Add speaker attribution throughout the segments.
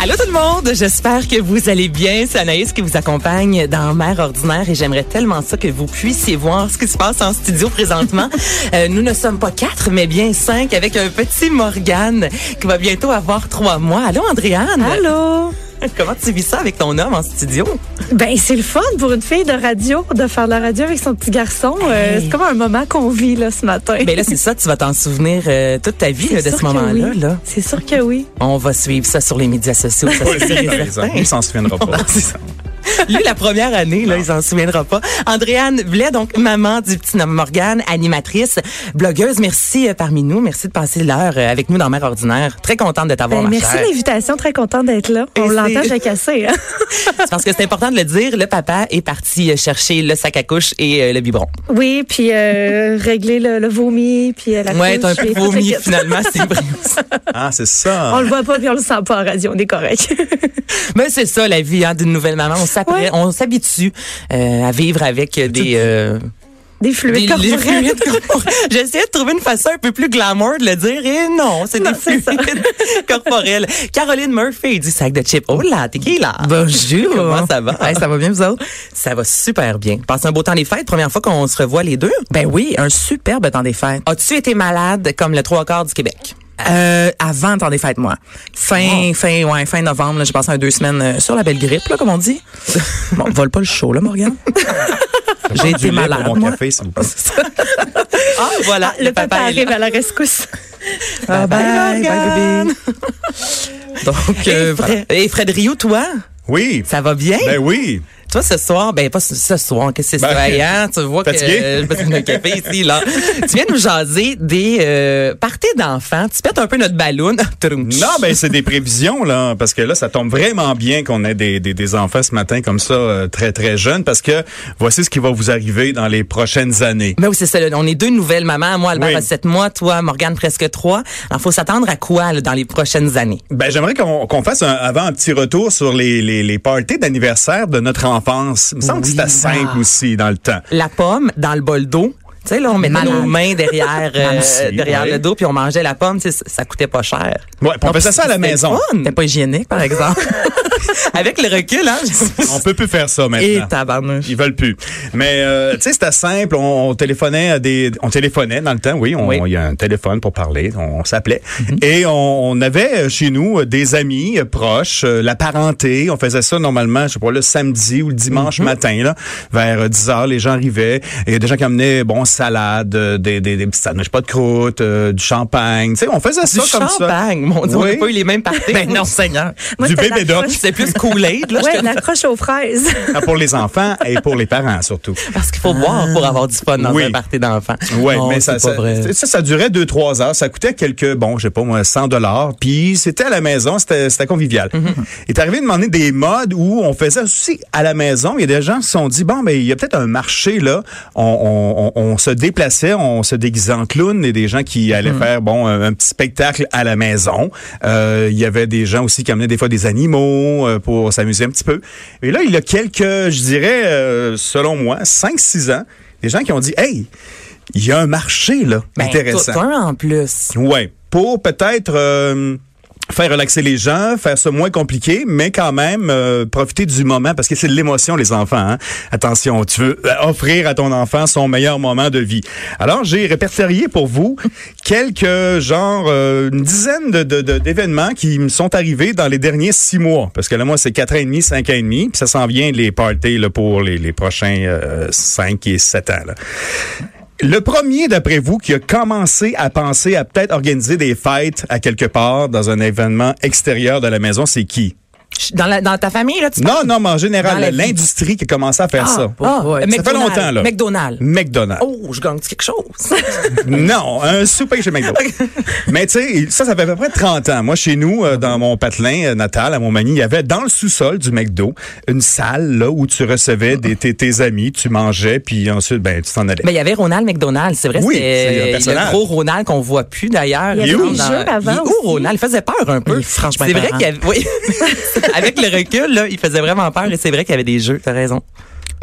Speaker 1: Allô tout le monde, j'espère que vous allez bien. C'est Anaïs qui vous accompagne dans Mère Ordinaire et j'aimerais tellement ça que vous puissiez voir ce qui se passe en studio présentement. euh, nous ne sommes pas quatre, mais bien cinq avec un petit Morgane qui va bientôt avoir trois mois. Allô Andréane?
Speaker 2: Allô?
Speaker 1: Comment tu vis ça avec ton homme en studio?
Speaker 2: Ben, c'est le fun pour une fille de radio, de faire de la radio avec son petit garçon. Euh,
Speaker 1: Hey.
Speaker 2: c'est comme un moment qu'on vit, là, ce matin.
Speaker 1: Ben là, c'est ça, tu vas t'en souvenir euh, toute ta vie
Speaker 2: C'est
Speaker 1: là, de
Speaker 2: sûr
Speaker 1: ce
Speaker 2: que
Speaker 1: moment-là.
Speaker 2: oui.
Speaker 1: Là.
Speaker 2: C'est sûr que oui.
Speaker 1: On va suivre ça sur les médias sociaux. ça, c'est sûr et certain.
Speaker 3: Il s'en souviendra pas.
Speaker 1: Lui, la première année, là, il s'en souviendra pas. Andréane Blais, donc maman du petit homme Morgane, animatrice, blogueuse, merci euh, parmi nous. Merci de passer l'heure euh, avec nous dans Mère Ordinaire. Très contente de t'avoir, ma
Speaker 2: Ben, merci
Speaker 1: chère.
Speaker 2: de l'invitation. Très contente d'être là.
Speaker 1: Et
Speaker 2: On
Speaker 1: c'est-
Speaker 2: l'entend, j'ai cassé. Hein?
Speaker 1: C'est Parce que c'est important de le dire, le papa est parti euh, chercher le sac à couche et euh, le biberon.
Speaker 2: Oui, puis euh, régler le, le vomi, puis euh, la
Speaker 1: ouais,
Speaker 2: couche,
Speaker 1: t'as un peu
Speaker 2: puis tout le
Speaker 1: vomi
Speaker 2: kit.
Speaker 1: finalement, c'est vrai.
Speaker 3: Ah, c'est
Speaker 2: On
Speaker 3: ça.
Speaker 2: le voit pas, puis on le sent pas en radio. On est correct.
Speaker 1: Mais c'est ça la vie hein, d'une nouvelle maman. On s'apprête,
Speaker 2: Ouais.
Speaker 1: on s'habitue euh, à vivre avec euh, des, euh,
Speaker 2: Des
Speaker 1: des
Speaker 2: fluides
Speaker 1: les
Speaker 2: corporels.
Speaker 1: fluides corporels. J'essayais de trouver une façon un peu plus glamour de le dire et non, c'est des
Speaker 2: Non, c'est
Speaker 1: fluides corporels. Caroline Murphy du sac de chips. Oh là, t'es qui là?
Speaker 4: Bonjour.
Speaker 1: Comment ça va?
Speaker 4: Hey, ça va bien, vous autres?
Speaker 1: Ça va super bien. Passe un beau temps des fêtes, première fois qu'on se revoit les deux.
Speaker 4: Ben oui, un superbe temps des fêtes.
Speaker 1: As-tu été malade comme le trois quarts du Québec?
Speaker 4: Euh, avant le temps des fêtes, moi. Fin, fin, ouais, fin novembre, là, j'ai passé un deux semaines euh, sur la belle grippe, là, comme on dit. bon, vole pas le show, là, Morgane. j'ai été malade,
Speaker 3: Mon
Speaker 4: moi.
Speaker 3: café, s'il vous plaît.
Speaker 1: Ah, voilà,
Speaker 2: Le papa arrive à la rescousse.
Speaker 4: Ah, bye, bye, bébé. Donc, euh,
Speaker 1: Et Fred, et Fred Rio, toi,
Speaker 3: Oui.
Speaker 1: ça va bien?
Speaker 3: Ben oui.
Speaker 1: Toi, ce soir, ben pas ce ce soir, qu'est-ce que c'est
Speaker 3: Ben,
Speaker 1: ça, hein? Tu vois
Speaker 3: fatigué?
Speaker 1: que je un café ici, là. tu viens de nous jaser des euh, parties d'enfants. Tu pètes un peu notre ballon.
Speaker 3: Non, ben c'est des prévisions, là, parce que là, ça tombe vraiment bien qu'on ait des, des, des enfants ce matin comme ça, euh, très, très jeunes, parce que voici ce qui va vous arriver dans les prochaines années.
Speaker 1: Mais oui, c'est ça. là. On est deux nouvelles mamans. Moi, Albert
Speaker 3: Oui.
Speaker 1: a 7 mois. Toi, Morgane, presque 3. Alors, faut s'attendre à quoi là, dans les prochaines années?
Speaker 3: Ben, j'aimerais qu'on qu'on fasse un, avant un petit retour sur les, les, les parties d'anniversaire de notre enfance. Il me semble que c'était simple aussi dans le temps.
Speaker 1: La pomme dans le bol d'eau. Tu sais, là, on mettait nos mains derrière, euh,
Speaker 3: Merci,
Speaker 1: derrière
Speaker 3: oui.
Speaker 1: le dos, puis on mangeait la pomme. Tu sais, ça coûtait pas cher.
Speaker 3: Ouais, puis on faisait ça à la
Speaker 1: C'était
Speaker 3: maison.
Speaker 1: fun.
Speaker 4: T'es pas hygiénique, par exemple.
Speaker 1: Avec le recul, hein? je-
Speaker 3: On peut plus faire ça maintenant.
Speaker 4: Et tabarnouche.
Speaker 3: Ils veulent plus. Mais euh, tu sais, c'était simple. On, on téléphonait à des, on téléphonait dans le temps. Oui, on-
Speaker 1: Oui.
Speaker 3: il
Speaker 1: Mhm.
Speaker 3: y a un téléphone pour parler. On, on s'appelait et on, on avait euh, chez nous euh, des amis euh, proches, euh, la parenté. On faisait ça normalement, je sais pas le samedi ou le
Speaker 1: Mhm.
Speaker 3: dimanche matin là, vers euh, 10 heures. Les gens arrivaient. Il y a des gens qui amenaient bon salade, euh, des, des, des petites sandwichs pas de croûte, euh, du champagne. Tu sais, on faisait
Speaker 1: Du
Speaker 3: ça comme ça.
Speaker 1: champagne, mon Dieu, on
Speaker 3: Oui.
Speaker 1: n'a pas eu les mêmes parties.
Speaker 4: Ben non, Seigneur.
Speaker 2: Moi,
Speaker 3: du
Speaker 2: c'était
Speaker 3: bébé
Speaker 2: la
Speaker 3: doc
Speaker 1: C'est plus Kool-Aid, là. je
Speaker 2: Ouais,
Speaker 1: te-
Speaker 2: une accroche aux fraises.
Speaker 3: Ah, pour les enfants et pour les parents surtout.
Speaker 1: Parce qu'il faut boire pour avoir du fun dans
Speaker 3: Ah. Oui.
Speaker 1: un party d'enfants.
Speaker 3: Oui,
Speaker 1: Non,
Speaker 3: mais
Speaker 1: c'est
Speaker 3: ça,
Speaker 1: pas
Speaker 3: ça,
Speaker 1: vrai.
Speaker 3: ça, ça durait deux, trois heures. Ça coûtait quelques, bon, je sais pas moi, 100 dollars. Puis c'était à la maison, c'était c'était convivial. Il est arrivé de demander des modes où on faisait aussi à la maison. Il y a des gens qui se sont dit, bon, ben il y a peut-être un marché là. On, on- on- on se déplaçait, on se déguisait en clown. et des gens qui allaient faire, bon, un, un petit spectacle à la maison. Euh, il y avait des gens aussi qui amenaient des fois des animaux euh, pour s'amuser un petit peu. Et là, il y a quelques, je dirais, euh, selon moi, 5-6 ans, des gens qui ont dit, hey, il y a un marché, là,
Speaker 1: Ben,
Speaker 3: intéressant.
Speaker 1: tout un en plus.
Speaker 3: Ouais, pour peut-être euh, faire relaxer les gens, faire ça moins compliqué, mais quand même euh, profiter du moment parce que c'est de l'émotion les enfants. hein. Attention, tu veux euh, offrir à ton enfant son meilleur moment de vie. Alors j'ai répertorié pour vous quelques genre euh, une dizaine de, de- de- d'événements qui me sont arrivés dans les derniers six mois parce que là moi c'est quatre ans et demi, cinq ans et demi, puis ça s'en vient les parties là, pour les, les prochains euh, cinq et sept ans. Là. Le premier, d'après vous, qui a commencé à penser à peut-être organiser des fêtes à quelque part dans un événement extérieur de la maison, c'est qui?
Speaker 1: Ch- Dans, la- dans ta famille, là, tu
Speaker 3: Non,
Speaker 1: parles?
Speaker 3: non, mais en général,
Speaker 1: Dans la vie.
Speaker 3: l'industrie qui a commencé à faire ça.
Speaker 4: Ah, ouais.
Speaker 3: Ça fait
Speaker 1: McDonald's,
Speaker 3: longtemps, là.
Speaker 1: McDonald's.
Speaker 3: McDonald's.
Speaker 1: Oh, je gagne quelque chose.
Speaker 3: Non, un souper chez McDo. Mais tu sais, ça, ça fait à peu près 30 ans. Moi, chez nous, euh, dans mon patelin euh, natal, à Montmagny, il y avait dans le sous-sol du McDo une salle là, où tu recevais des, tes, tes amis, tu mangeais, puis ensuite, ben, tu t'en allais.
Speaker 1: Mais il y avait Ronald McDonald, c'est vrai.
Speaker 3: Oui, c'est un
Speaker 1: c'était
Speaker 3: personnage.
Speaker 1: le gros Ronald qu'on voit plus d'ailleurs. Euh,
Speaker 2: Il y
Speaker 3: avait des
Speaker 2: jeux avant
Speaker 1: Il est où,
Speaker 2: aussi.
Speaker 1: Ronald? Il faisait peur un peu.
Speaker 4: Il est franchement
Speaker 1: C'est vrai
Speaker 4: peurant.
Speaker 1: qu'il y avait... Oui. Avec le recul, là, il faisait vraiment peur et c'est vrai qu'il y avait des jeux. T'as raison.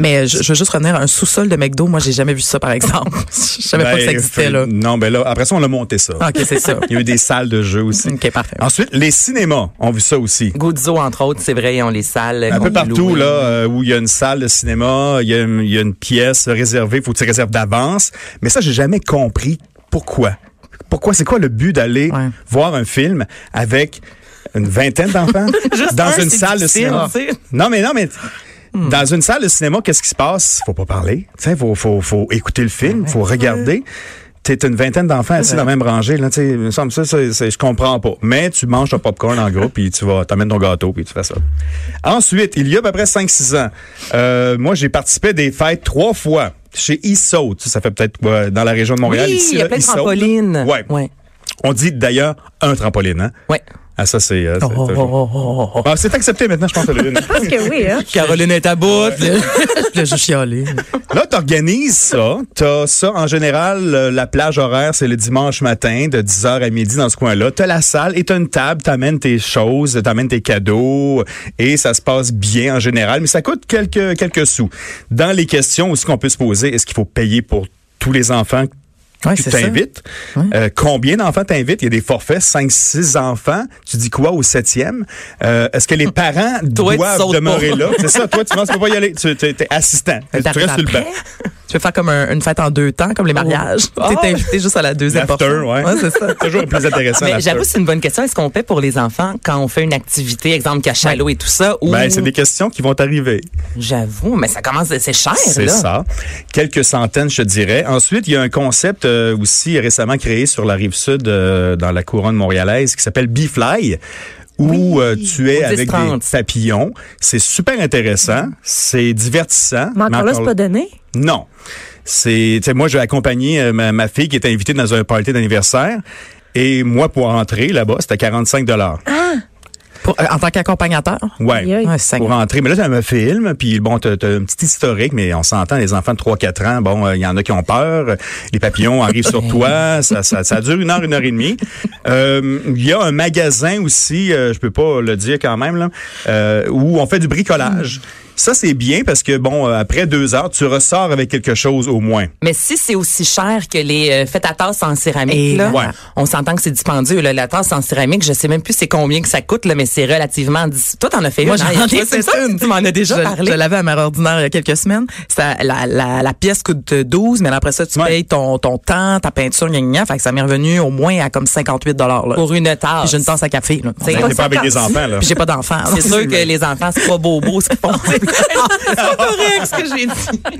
Speaker 4: Mais euh, je, je veux juste revenir à un sous-sol de McDo. Moi, j'ai jamais vu ça, par exemple. je savais pas que ça
Speaker 3: Ben,
Speaker 4: existait,
Speaker 3: fait-
Speaker 4: là. Ah,
Speaker 3: Non, ben là, après ça, on a monté ça.
Speaker 4: OK, c'est ça.
Speaker 3: Il y a eu des salles de jeux aussi.
Speaker 4: OK, parfait.
Speaker 3: Ensuite, les cinémas ont vu ça aussi.
Speaker 1: Guzzo, entre autres, c'est vrai, ils ont les salles.
Speaker 3: Un
Speaker 1: qu'on
Speaker 3: peu
Speaker 1: loue.
Speaker 3: partout là euh, où il y a une salle de cinéma, il y, a une- il y a une pièce réservée, faut que tu réserves d'avance. Mais ça, j'ai jamais compris pourquoi. Pourquoi c'est quoi le but d'aller
Speaker 4: Ouais.
Speaker 3: voir un film avec une vingtaine d'enfants
Speaker 1: Juste
Speaker 3: dans
Speaker 1: un,
Speaker 3: une
Speaker 1: c'est
Speaker 3: salle de
Speaker 1: difficile,
Speaker 3: cinéma
Speaker 1: tu sais.
Speaker 3: Non mais non mais dans une salle de cinéma, qu'est-ce qui se passe Hmm. Faut pas parler, tu sais, faut, faut faut écouter le film, faut regarder. T'es une vingtaine d'enfants assis dans la même rangée, là, tu sais, il me semble ça, ça, ça, je comprends pas. Mais tu manges ton popcorn en gros, puis tu vas, t'amènes ton gâteau, puis tu fais ça. Ensuite, il y a à peu près 5-6 ans, euh, moi, j'ai participé à des fêtes trois fois chez Issot. Tu sais, Ça fait peut-être euh, dans la région de Montréal,
Speaker 1: Oui,
Speaker 3: ici.
Speaker 1: il y a
Speaker 3: là,
Speaker 1: plein de
Speaker 3: Issot.
Speaker 1: trampolines.
Speaker 3: Ouais.
Speaker 1: Ouais.
Speaker 3: On dit d'ailleurs un trampoline, hein?
Speaker 1: Ouais.
Speaker 3: Ah, ça, c'est... euh, c'est-
Speaker 4: Oh, oh, oh, oh, oh.
Speaker 3: Ah, c'est accepté maintenant, je pense. Caroline.
Speaker 2: Je pense que oui, hein.
Speaker 1: Ben
Speaker 4: Caroline est à bout. Je l'ai juste chialé.
Speaker 3: Là, t'organises ça. T'as ça, en général, euh, la plage horaire, c'est le dimanche matin, de 10h à midi dans ce coin-là. T'as la salle et t'as une table, t'amènes tes choses, t'amènes tes cadeaux, et ça se passe bien en général, mais ça coûte quelques, quelques sous. Dans les questions aussi qu'on peut se poser, est-ce qu'il faut payer pour tous les enfants
Speaker 4: Ouais,
Speaker 3: que
Speaker 4: c'est ça.
Speaker 3: t'invites? Euh, combien d'enfants t'invites? Il y a des forfaits, 5, 6 enfants. Tu dis quoi au septième? Euh, est-ce que les parents
Speaker 1: Toi, tu
Speaker 3: doivent
Speaker 1: sautes
Speaker 3: demeurer
Speaker 1: pas.
Speaker 3: là? C'est ça, toi, tu penses pas y aller. Tu es, assistant. Tu
Speaker 4: T'arrives
Speaker 3: restes sur le
Speaker 4: après.
Speaker 3: banc.
Speaker 4: Tu veux faire comme un- une fête en deux temps, comme les mariages.
Speaker 3: Oh.
Speaker 4: T'es invité juste à la deuxième
Speaker 3: L'after,
Speaker 4: portion.
Speaker 3: ouais.
Speaker 4: c'est ça.
Speaker 3: Toujours le plus intéressant.
Speaker 1: Mais
Speaker 3: l'after.
Speaker 1: j'avoue, c'est une bonne question. Est-ce qu'on paie pour les enfants quand on fait une activité, exemple cachalot et tout ça? Ou...
Speaker 3: Ben, c'est des questions qui vont arriver.
Speaker 1: J'avoue, mais ça commence, c'est cher,
Speaker 3: C'est
Speaker 1: Ah, là.
Speaker 3: ça. Quelques centaines, je te dirais. Ensuite, il y a un concept euh, aussi récemment créé sur la rive sud, euh, dans la couronne montréalaise, qui s'appelle Bee-Fly, où euh, tu es
Speaker 1: Au
Speaker 3: avec
Speaker 1: 10-30.
Speaker 3: des papillons. C'est super intéressant. C'est divertissant.
Speaker 2: Mais encore là, c'est pas donné.
Speaker 3: Non. C'est, tu sais, moi, j'ai accompagné euh, ma, ma fille qui était invitée dans un party d'anniversaire. Et moi, pour entrer là-bas, c'était 45 dollars.
Speaker 4: Pour- euh, en tant qu'accompagnateur.
Speaker 3: Ouais.
Speaker 2: Aïe, aïe.
Speaker 4: Ouais, c'est
Speaker 3: pour rentrer. Mais là, t'as un film, puis bon, t'as, t'as un petit historique, mais on s'entend, les enfants de 3-4 ans, bon, euh, il y en a qui ont peur, les papillons arrivent sur toi, ça, ça, ça dure une heure, une heure et demie. Euh, Il y a un magasin aussi, euh, je peux pas le dire quand même, là, euh, où on fait du
Speaker 4: Mm.
Speaker 3: bricolage. Ça, c'est bien parce que, bon, euh, après deux heures, tu ressors avec quelque chose au moins.
Speaker 1: Mais si c'est aussi cher que les euh, fêtes à tasse en
Speaker 4: Et
Speaker 1: céramique, là,
Speaker 3: ouais.
Speaker 1: on s'entend que c'est dispendieux. Là. La tasse en céramique, je sais même plus c'est combien que ça coûte, là, mais c'est relativement... dis- Toi, t'en as fait
Speaker 4: Moi,
Speaker 1: une.
Speaker 4: j'en
Speaker 1: hein, il y a
Speaker 4: ai
Speaker 1: pas-
Speaker 4: fait
Speaker 1: c'est ça,
Speaker 4: une.
Speaker 1: Tu m'en as déjà
Speaker 4: je,
Speaker 1: parlé.
Speaker 4: Je l'avais à ma ordinaire il y a quelques semaines. Ça, la, la, la pièce coûte 12, mais après ça, tu
Speaker 3: Ouais.
Speaker 4: payes ton, ton temps, ta peinture, gna, gna, gna. Fait que ça m'est revenu au moins à comme 58 là.
Speaker 1: pour une
Speaker 4: Puis
Speaker 1: tasse.
Speaker 4: j'ai une tasse à café. Là.
Speaker 1: C'est-
Speaker 4: Puis
Speaker 3: T'es Ben, pas avec des enfants, là.
Speaker 4: j'ai pas d'enfant.
Speaker 1: C'est sûr que les enfants, c'est pas beau beau ce qu'ils font. c'est pas correct ce que j'ai dit.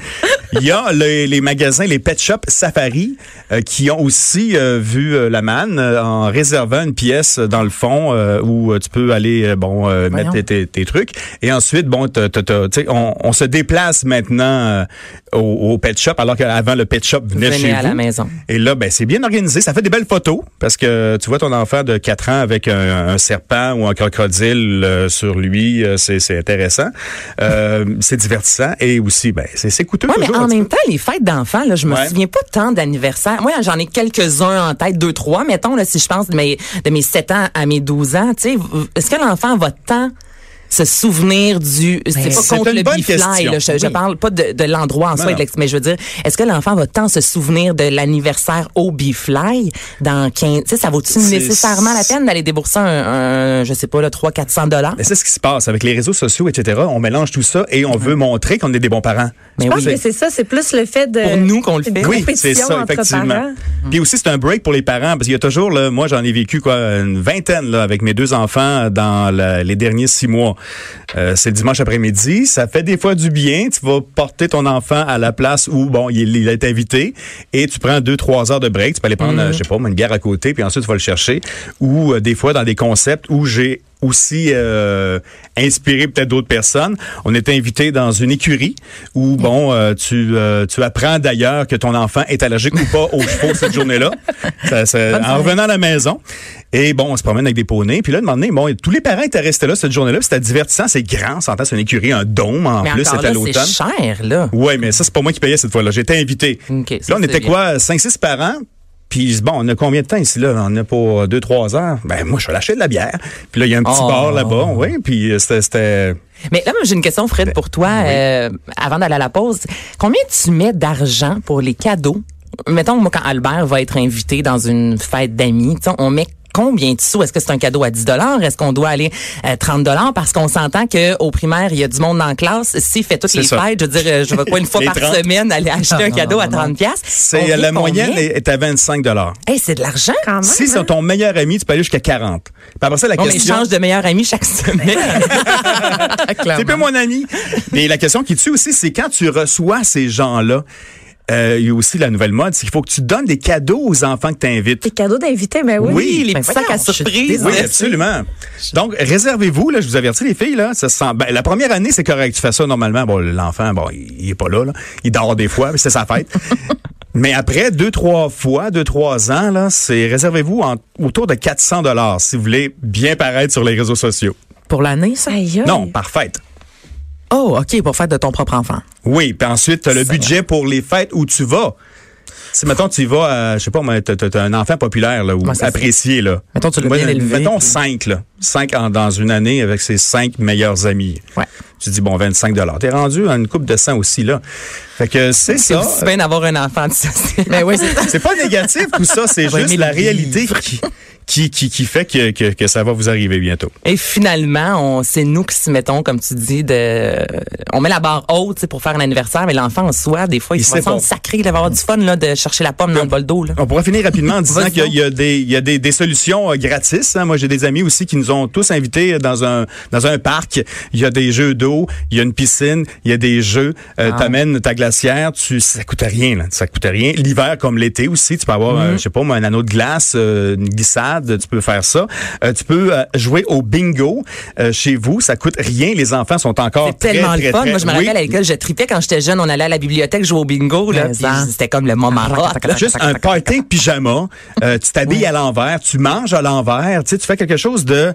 Speaker 3: Il y a les, les magasins, les pet shops Safari, euh, qui ont aussi euh, vu euh, la manne euh, en réservant une pièce euh, dans le fond euh, où euh, tu peux aller euh, bon euh,
Speaker 4: Voyons.
Speaker 3: mettre tes, tes- tes trucs. Et ensuite, bon, t'as- t'as- t'as- tu sais, on, on se déplace maintenant euh, au, au pet shop, alors qu'avant le pet shop venait
Speaker 1: Venez
Speaker 3: chez
Speaker 1: à la
Speaker 3: vous.
Speaker 1: maison.
Speaker 3: Et là, ben, c'est bien organisé. Ça fait des belles photos parce que tu vois ton enfant de 4 ans avec un, un serpent ou un crocodile euh, sur lui. euh, c'est c'est intéressant. Euh, c'est divertissant et aussi, ben, c'est c'est coûteux
Speaker 1: Oui, mais
Speaker 3: toujours. un
Speaker 1: en
Speaker 3: petit peu.
Speaker 1: même temps, les fêtes d'enfants, là, je me
Speaker 3: Ouais.
Speaker 1: souviens pas tant d'anniversaires. Moi, j'en ai quelques-uns en tête, deux, trois, mettons, là, si je pense de mes, de mes 7 ans à mes 12 ans. Tu sais, v- est-ce que l'enfant va tant se souvenir du... C'est
Speaker 3: c'est
Speaker 1: pas contre
Speaker 3: une
Speaker 1: le
Speaker 3: bonne
Speaker 1: bee-fly,
Speaker 3: question.
Speaker 1: là, je, je
Speaker 3: Oui.
Speaker 1: parle pas de, de l'endroit en
Speaker 3: Non,
Speaker 1: soi, de
Speaker 3: non.
Speaker 1: l'ex- mais je veux dire, est-ce que l'enfant va tant se souvenir de l'anniversaire au bee-fly dans 15... Tu sais, ça vaut-tu
Speaker 3: C'est-
Speaker 1: nécessairement la peine d'aller débourser un, un, je sais pas, là, 300-400 dollars?
Speaker 3: Mais c'est ce qui se passe avec les réseaux sociaux, etc. On mélange tout ça et on veut montrer qu'on est des bons parents.
Speaker 1: Mais
Speaker 2: Je pense
Speaker 1: oui.
Speaker 2: que c'est ça, c'est plus le fait de.
Speaker 1: Pour nous qu'on le
Speaker 2: une
Speaker 1: fait.
Speaker 3: Oui, c'est
Speaker 2: compétition
Speaker 3: ça,
Speaker 2: entre
Speaker 3: effectivement.
Speaker 2: parents.
Speaker 3: Puis aussi, c'est un break pour les parents, parce qu'il y a toujours, là, moi, j'en ai vécu quoi, une vingtaine là, avec mes deux enfants dans la- les derniers six mois. Euh, c'est le dimanche après-midi, ça fait des fois du bien. Tu vas porter ton enfant à la place où, bon, il, il est invité, et tu prends deux, trois heures de
Speaker 2: Hmm.
Speaker 3: break. Tu peux aller prendre, euh, je sais pas, moi, une bière à côté, puis ensuite, tu vas le chercher. Ou euh, des fois, dans des concepts où j'ai aussi euh, inspiré peut-être d'autres personnes. On était invité dans une écurie où, bon, euh, tu, euh, tu apprends d'ailleurs que ton enfant est allergique ou pas aux chevaux cette journée-là, Ça- ça- en revenant à la maison. Et bon, on se promène avec des poneys. Puis là, un moment donné, bon, tous les parents étaient restés là cette journée-là. puis C'était divertissant, c'est grand. On s'entend, c'est une écurie, un dôme en
Speaker 1: Mais
Speaker 3: plus,
Speaker 1: encore
Speaker 3: c'était à
Speaker 1: là,
Speaker 3: l'automne.
Speaker 1: c'est cher, là.
Speaker 3: Oui, mais ça, c'est pas moi qui payais cette fois-là. J'étais invité.
Speaker 1: OK,
Speaker 3: Puis
Speaker 1: ça,
Speaker 3: là, on
Speaker 1: c'est
Speaker 3: était
Speaker 1: bien.
Speaker 3: quoi? 5-6 parents. Puis bon, on a combien de temps ici là? On a pour 2-3 heures. Ben moi, je vais lâcher de la bière. Puis là, il y a un petit
Speaker 1: Oh.
Speaker 3: bar là-bas, oui. Puis euh, c'était- c'était.
Speaker 1: Mais là, moi, j'ai une question, Fred, pour toi, euh, avant d'aller à la pause. Combien tu mets d'argent pour les cadeaux? Mettons, moi, quand Albert va être invité dans une fête d'amis, tu sais, on met combien de sous? Est-ce que c'est un cadeau à 10 Est-ce qu'on doit aller à 30 Parce qu'on s'entend qu'au primaire, il y a du monde en classe. S'il fait toutes
Speaker 3: C'est
Speaker 1: les
Speaker 3: ça.
Speaker 1: fêtes, je veux dire, euh, je vais quoi, une fois
Speaker 3: Les
Speaker 1: par
Speaker 3: 30.
Speaker 1: semaine, aller acheter un
Speaker 4: non,
Speaker 1: cadeau
Speaker 4: non,
Speaker 1: à
Speaker 4: non.
Speaker 1: 30
Speaker 3: C'est euh, la moyenne est est à 25
Speaker 1: Hey, c'est de l'argent.
Speaker 2: Quand même.
Speaker 3: Si c'est
Speaker 2: hein?
Speaker 3: ton meilleur ami, tu peux aller jusqu'à 40. Puis après ça, la
Speaker 1: Bon, Oh, mais je
Speaker 3: question.
Speaker 1: change de meilleur ami chaque semaine.
Speaker 3: T'es
Speaker 1: hein.
Speaker 3: pas mon ami. Mais la question qui tue aussi, c'est quand tu reçois ces gens-là. euh, Il y a aussi la nouvelle mode, c'est qu'il faut que tu donnes des cadeaux aux enfants que tu invites.
Speaker 2: Tes cadeaux d'invité, mais oui.
Speaker 3: Oui,
Speaker 1: les
Speaker 4: Ben
Speaker 1: petits sacs à
Speaker 4: voyons, je suis
Speaker 1: surprise.
Speaker 3: Oui, absolument. Donc, réservez-vous, là, je vous avertis, les filles, là, ça se sent, ben, la première année, c'est correct, tu fais ça normalement, bon, l'enfant, bon, il, il est pas là, là. il dort des fois, mais c'est sa fête. mais après deux, trois fois, deux, trois ans, là, c'est, réservez-vous en- autour de 400 dollars si vous voulez bien paraître sur les réseaux sociaux.
Speaker 4: Pour l'année, ça?
Speaker 2: Aïe, aïe.
Speaker 3: Non, par fête.
Speaker 4: Oh, OK, pour faire de ton propre enfant.
Speaker 3: Oui, puis ensuite, t'as le budget pour les fêtes où tu vas. Si, mettons, tu y vas, à, je sais pas, moi, t'as, t'as- t'as un enfant populaire, là, ou
Speaker 4: Ouais, c'est ça.
Speaker 3: apprécié, là.
Speaker 4: Mettons, tu l'as
Speaker 3: Moi,
Speaker 4: bien élevé,
Speaker 3: Mettons
Speaker 4: puis-
Speaker 3: cinq, là. Cinq en- dans une année avec ses cinq meilleurs amis.
Speaker 4: Ouais.
Speaker 3: Tu dis, bon, 25 T'es rendu à une coupe de sang aussi, là. Fait que c'est
Speaker 1: C'est
Speaker 3: ça.
Speaker 1: aussi bien d'avoir un enfant de société.
Speaker 4: Mais oui, c'est
Speaker 3: C'est pas négatif, tout ça. C'est
Speaker 4: va
Speaker 3: juste
Speaker 4: aimer
Speaker 3: la
Speaker 4: le
Speaker 3: réalité qui, qui, qui, qui fait que, que, que ça va vous arriver bientôt.
Speaker 1: Et finalement, on, c'est nous qui se mettons, comme tu dis, de, on met la barre haute tu sais, pour faire un anniversaire, mais l'enfant en soi, des fois, il,
Speaker 3: Il
Speaker 1: se
Speaker 3: sait
Speaker 1: sent
Speaker 3: pas. Ah,
Speaker 1: sacré d'avoir du fun là, de chercher la pomme dans le bol d'eau. Là.
Speaker 3: On pourra finir rapidement en disant
Speaker 1: Vas-y
Speaker 3: qu'il y
Speaker 1: donc.
Speaker 3: a- il y a des, il y a des, des solutions euh, gratis. hein. Moi, j'ai des amis aussi qui nous ont tous invités euh, dans un, dans un parc. Il y a des jeux d'eau, il y a une piscine, il y a des jeux. Euh,
Speaker 1: Ah.
Speaker 3: T'amènes ta glacière, tu, ça coûte rien. Là, ça coûte rien. L'hiver comme l'été aussi, tu peux avoir,
Speaker 1: Mm-hmm.
Speaker 3: euh, je sais pas, moi, un anneau de glace, euh, une glissade, tu peux faire ça. Euh, tu peux euh, jouer au bingo euh, chez vous. Ça coûte rien. Les enfants sont encore
Speaker 1: C'est tellement
Speaker 3: très,
Speaker 1: le
Speaker 3: très,
Speaker 1: fun.
Speaker 3: très-
Speaker 1: Moi, je me
Speaker 3: Oui.
Speaker 1: rappelle à l'école, je tripais quand j'étais jeune, on allait à la bibliothèque jouer au bingo. Là,
Speaker 4: Mais
Speaker 1: puis
Speaker 4: hein.
Speaker 1: c'était comme le moment rock. là.
Speaker 3: Ah, Juste un party de pyjama, euh, tu t'habilles à l'envers, tu manges à l'envers, tu sais, tu fais quelque chose de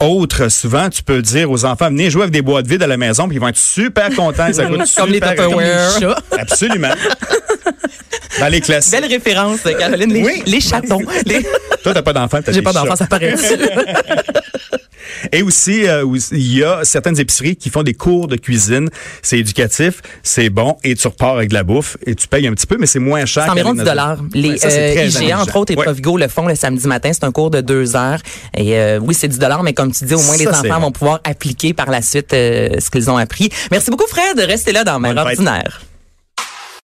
Speaker 3: autre. Souvent, tu peux dire aux enfants, venez jouer avec des boîtes vides à la maison, puis ils vont être super contents. Ça coûte
Speaker 1: Comme les
Speaker 3: super-
Speaker 1: Tupperware.
Speaker 3: comme les chats. Absolument. Dans les classiques.
Speaker 1: Belle référence, Caroline. Les,
Speaker 3: Oui.
Speaker 1: les chatons. Les-
Speaker 3: Toi, t'as pas d'enfant, t'as
Speaker 4: J'ai
Speaker 3: des
Speaker 4: pas d'enfant,
Speaker 3: chats.
Speaker 4: ça paraît.
Speaker 3: Et aussi, euh, où il y a certaines épiceries qui font des cours de cuisine. C'est éducatif, c'est bon, et tu repars avec de la bouffe, et tu payes un petit peu, mais c'est moins cher.
Speaker 1: C'est environ 10
Speaker 3: qu'aller dans-
Speaker 1: dollars. Les
Speaker 3: Ouais, ça, c'est
Speaker 1: euh,
Speaker 3: très
Speaker 1: IGA,
Speaker 3: amusant.
Speaker 1: entre autres, et
Speaker 3: Ouais.
Speaker 1: Provigo le font le samedi matin. C'est un cours de deux heures. Et euh, oui, c'est 10 dollars, mais comme tu dis, au moins les
Speaker 3: Ça, c'est
Speaker 1: enfants
Speaker 3: bon.
Speaker 1: vont pouvoir appliquer par la suite euh, ce qu'ils ont appris. Merci beaucoup, Fred. Restez là dans Mère
Speaker 3: Bonne fête.
Speaker 1: Ordinaire.